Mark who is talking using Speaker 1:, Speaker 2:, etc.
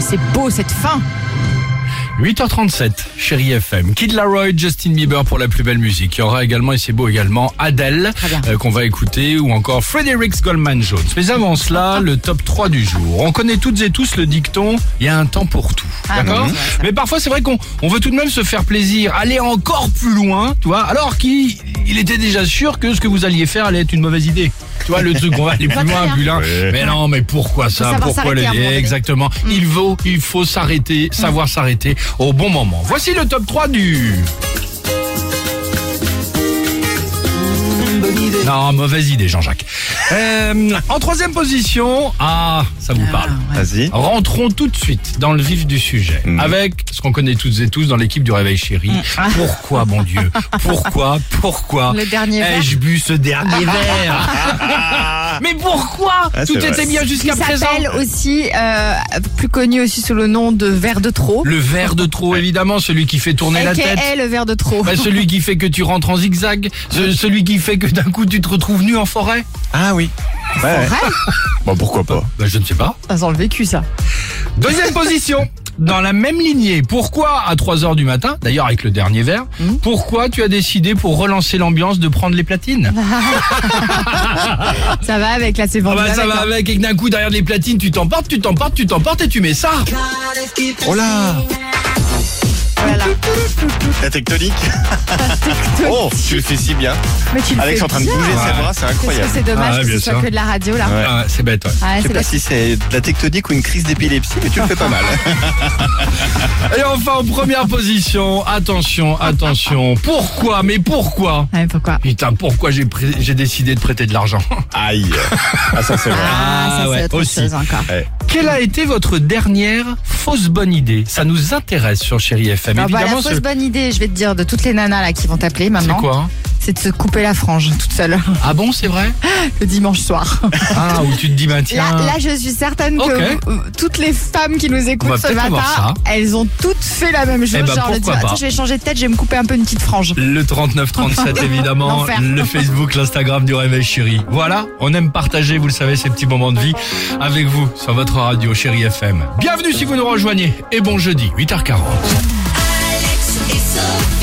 Speaker 1: c'est beau cette fin
Speaker 2: 8h37, chérie FM. Kid Laroi, Justin Bieber pour la plus belle musique. Il y aura également, et c'est beau également, Adele,
Speaker 1: bien.
Speaker 2: euh, qu'on va écouter, ou encore Fredericks Goldman Jones. Mais avant cela, le top 3 du jour. On connaît toutes et tous le dicton, il y a un temps pour tout.
Speaker 1: Ah,
Speaker 2: D'accord
Speaker 1: oui, c'est vrai, ça.
Speaker 2: Mais parfois, c'est vrai qu'on on veut tout de même se faire plaisir, aller encore plus loin, tu vois, alors qu'il il était déjà sûr que ce que vous alliez faire allait être une mauvaise idée. Tu vois, le truc, on va aller plus
Speaker 1: très
Speaker 2: loin,
Speaker 1: bien.
Speaker 2: plus loin. Mais non, mais pourquoi ça
Speaker 1: savoir
Speaker 2: Pourquoi
Speaker 1: s'arrêter à un moment donné. Hmm.
Speaker 2: Exact- Exactement. Il vaut, il faut s'arrêter, savoir s'arrêter au bon moment. Voici le top 3 du.
Speaker 1: Hmm,
Speaker 2: Non, mauvaise idée, Jean-Jacques. Euh, en troisième position, ah, ça vous parle.
Speaker 1: Ah, ouais.
Speaker 3: Vas-y.
Speaker 2: Rentrons tout de suite dans le vif du sujet, avec ce qu'on connaît toutes et tous dans l'équipe du Réveil Chéri.
Speaker 1: Hmm.
Speaker 2: Pourquoi, mon Dieu Pourquoi Pourquoi
Speaker 1: Ah. Le dernier verre.
Speaker 2: ai-je bu ce dernier verre Mais pourquoi
Speaker 3: Ah, c'est
Speaker 2: Tout
Speaker 3: vrai.
Speaker 2: était bien jusqu'à
Speaker 1: Il
Speaker 2: présent.
Speaker 1: s'appelle aussi, euh, plus connu aussi sous le nom de verre de trop.
Speaker 2: Le verre de trop, évidemment, celui qui fait tourner la tête.
Speaker 1: AKA le verre de trop.
Speaker 2: Bah, celui qui fait que tu rentres en zigzag, ce- celui qui fait que d'un coup tu te retrouves nu en forêt.
Speaker 3: Ah oui. Ouais. Bon, pourquoi pas.
Speaker 2: Bah, je ne sais pas.
Speaker 1: Ça sent le vécu ça.
Speaker 2: Deuxième position. Dans la même lignée, pourquoi à 3 heures du matin, d'ailleurs avec le dernier verre, pourquoi tu as décidé pour relancer l'ambiance de prendre les platines
Speaker 1: Ça va avec la c'est
Speaker 2: Ah
Speaker 1: vendu
Speaker 2: bah ça
Speaker 1: avec,
Speaker 2: va
Speaker 1: hein.
Speaker 2: avec, et que d'un coup derrière les platines tu t'emportes, tu t'emportes, tu t'emportes et tu mets ça
Speaker 3: Oh là
Speaker 1: Oh là là.
Speaker 3: La tectonique. oh, tu le fais si bien.
Speaker 1: Mais tu le
Speaker 3: Alex
Speaker 1: fais
Speaker 3: est en train de
Speaker 1: bien.
Speaker 3: bouger ses
Speaker 2: Ouais.
Speaker 3: bras, c'est
Speaker 1: Parce
Speaker 3: incroyable.
Speaker 1: que c'est dommage
Speaker 2: Ah,
Speaker 1: que
Speaker 2: bien
Speaker 1: ce soit
Speaker 2: sûr.
Speaker 1: que de la radio là.
Speaker 3: Ouais.
Speaker 2: Ah, C'est bête. ouais.
Speaker 1: Ah,
Speaker 3: Je sais
Speaker 1: c'est
Speaker 3: pas si c'est de la tectonique ou une crise d'épilepsie, mais tu le fais pas mal.
Speaker 2: Et enfin en première position, attention, attention, pourquoi, mais pourquoi
Speaker 1: Ouais, Ah, pourquoi
Speaker 2: Putain, pourquoi j'ai pré- j'ai décidé de prêter de l'argent
Speaker 3: Aïe. Ah, ça, c'est vrai.
Speaker 2: Ah,
Speaker 1: ça
Speaker 2: ouais,
Speaker 1: c'est autre
Speaker 2: aussi.
Speaker 1: chose encore.
Speaker 2: Quelle a été votre dernière fausse bonne idée Ça nous intéresse sur Chéri FM.
Speaker 1: Ah bah, la
Speaker 2: Évidemment,
Speaker 1: fausse
Speaker 2: ce-
Speaker 1: bonne idée, je vais te dire, de toutes les nanas là qui vont t'appeler
Speaker 2: c'est
Speaker 1: maintenant,
Speaker 2: quoi hein
Speaker 1: c'est de se couper la frange toute seule
Speaker 2: Ah bon, c'est vrai
Speaker 1: le dimanche soir.
Speaker 2: Ah, où tu te dis, bah
Speaker 1: Là,
Speaker 2: tiens.
Speaker 1: là, je suis certaine
Speaker 2: Ok.
Speaker 1: que euh, toutes les femmes qui nous
Speaker 2: On
Speaker 1: écoutent
Speaker 2: va
Speaker 1: ce
Speaker 2: peut-être
Speaker 1: matin,
Speaker 2: avoir
Speaker 1: elles ont toutes fait la même chose.
Speaker 2: Eh ben,
Speaker 1: genre le
Speaker 2: pourquoi
Speaker 1: dimanche, Tiens,
Speaker 2: pas.
Speaker 1: je vais changer de tête, je vais me couper un peu une petite frange.
Speaker 2: Le 3937 évidemment,
Speaker 1: L'enfer.
Speaker 2: le Facebook, l'Instagram du Réveil Chéri. Voilà, on aime partager, vous le savez, ces petits moments de vie avec vous sur votre radio Chéri FM. Bienvenue si vous nous rejoignez et bon jeudi, 8h40.
Speaker 4: Alex et Sophie.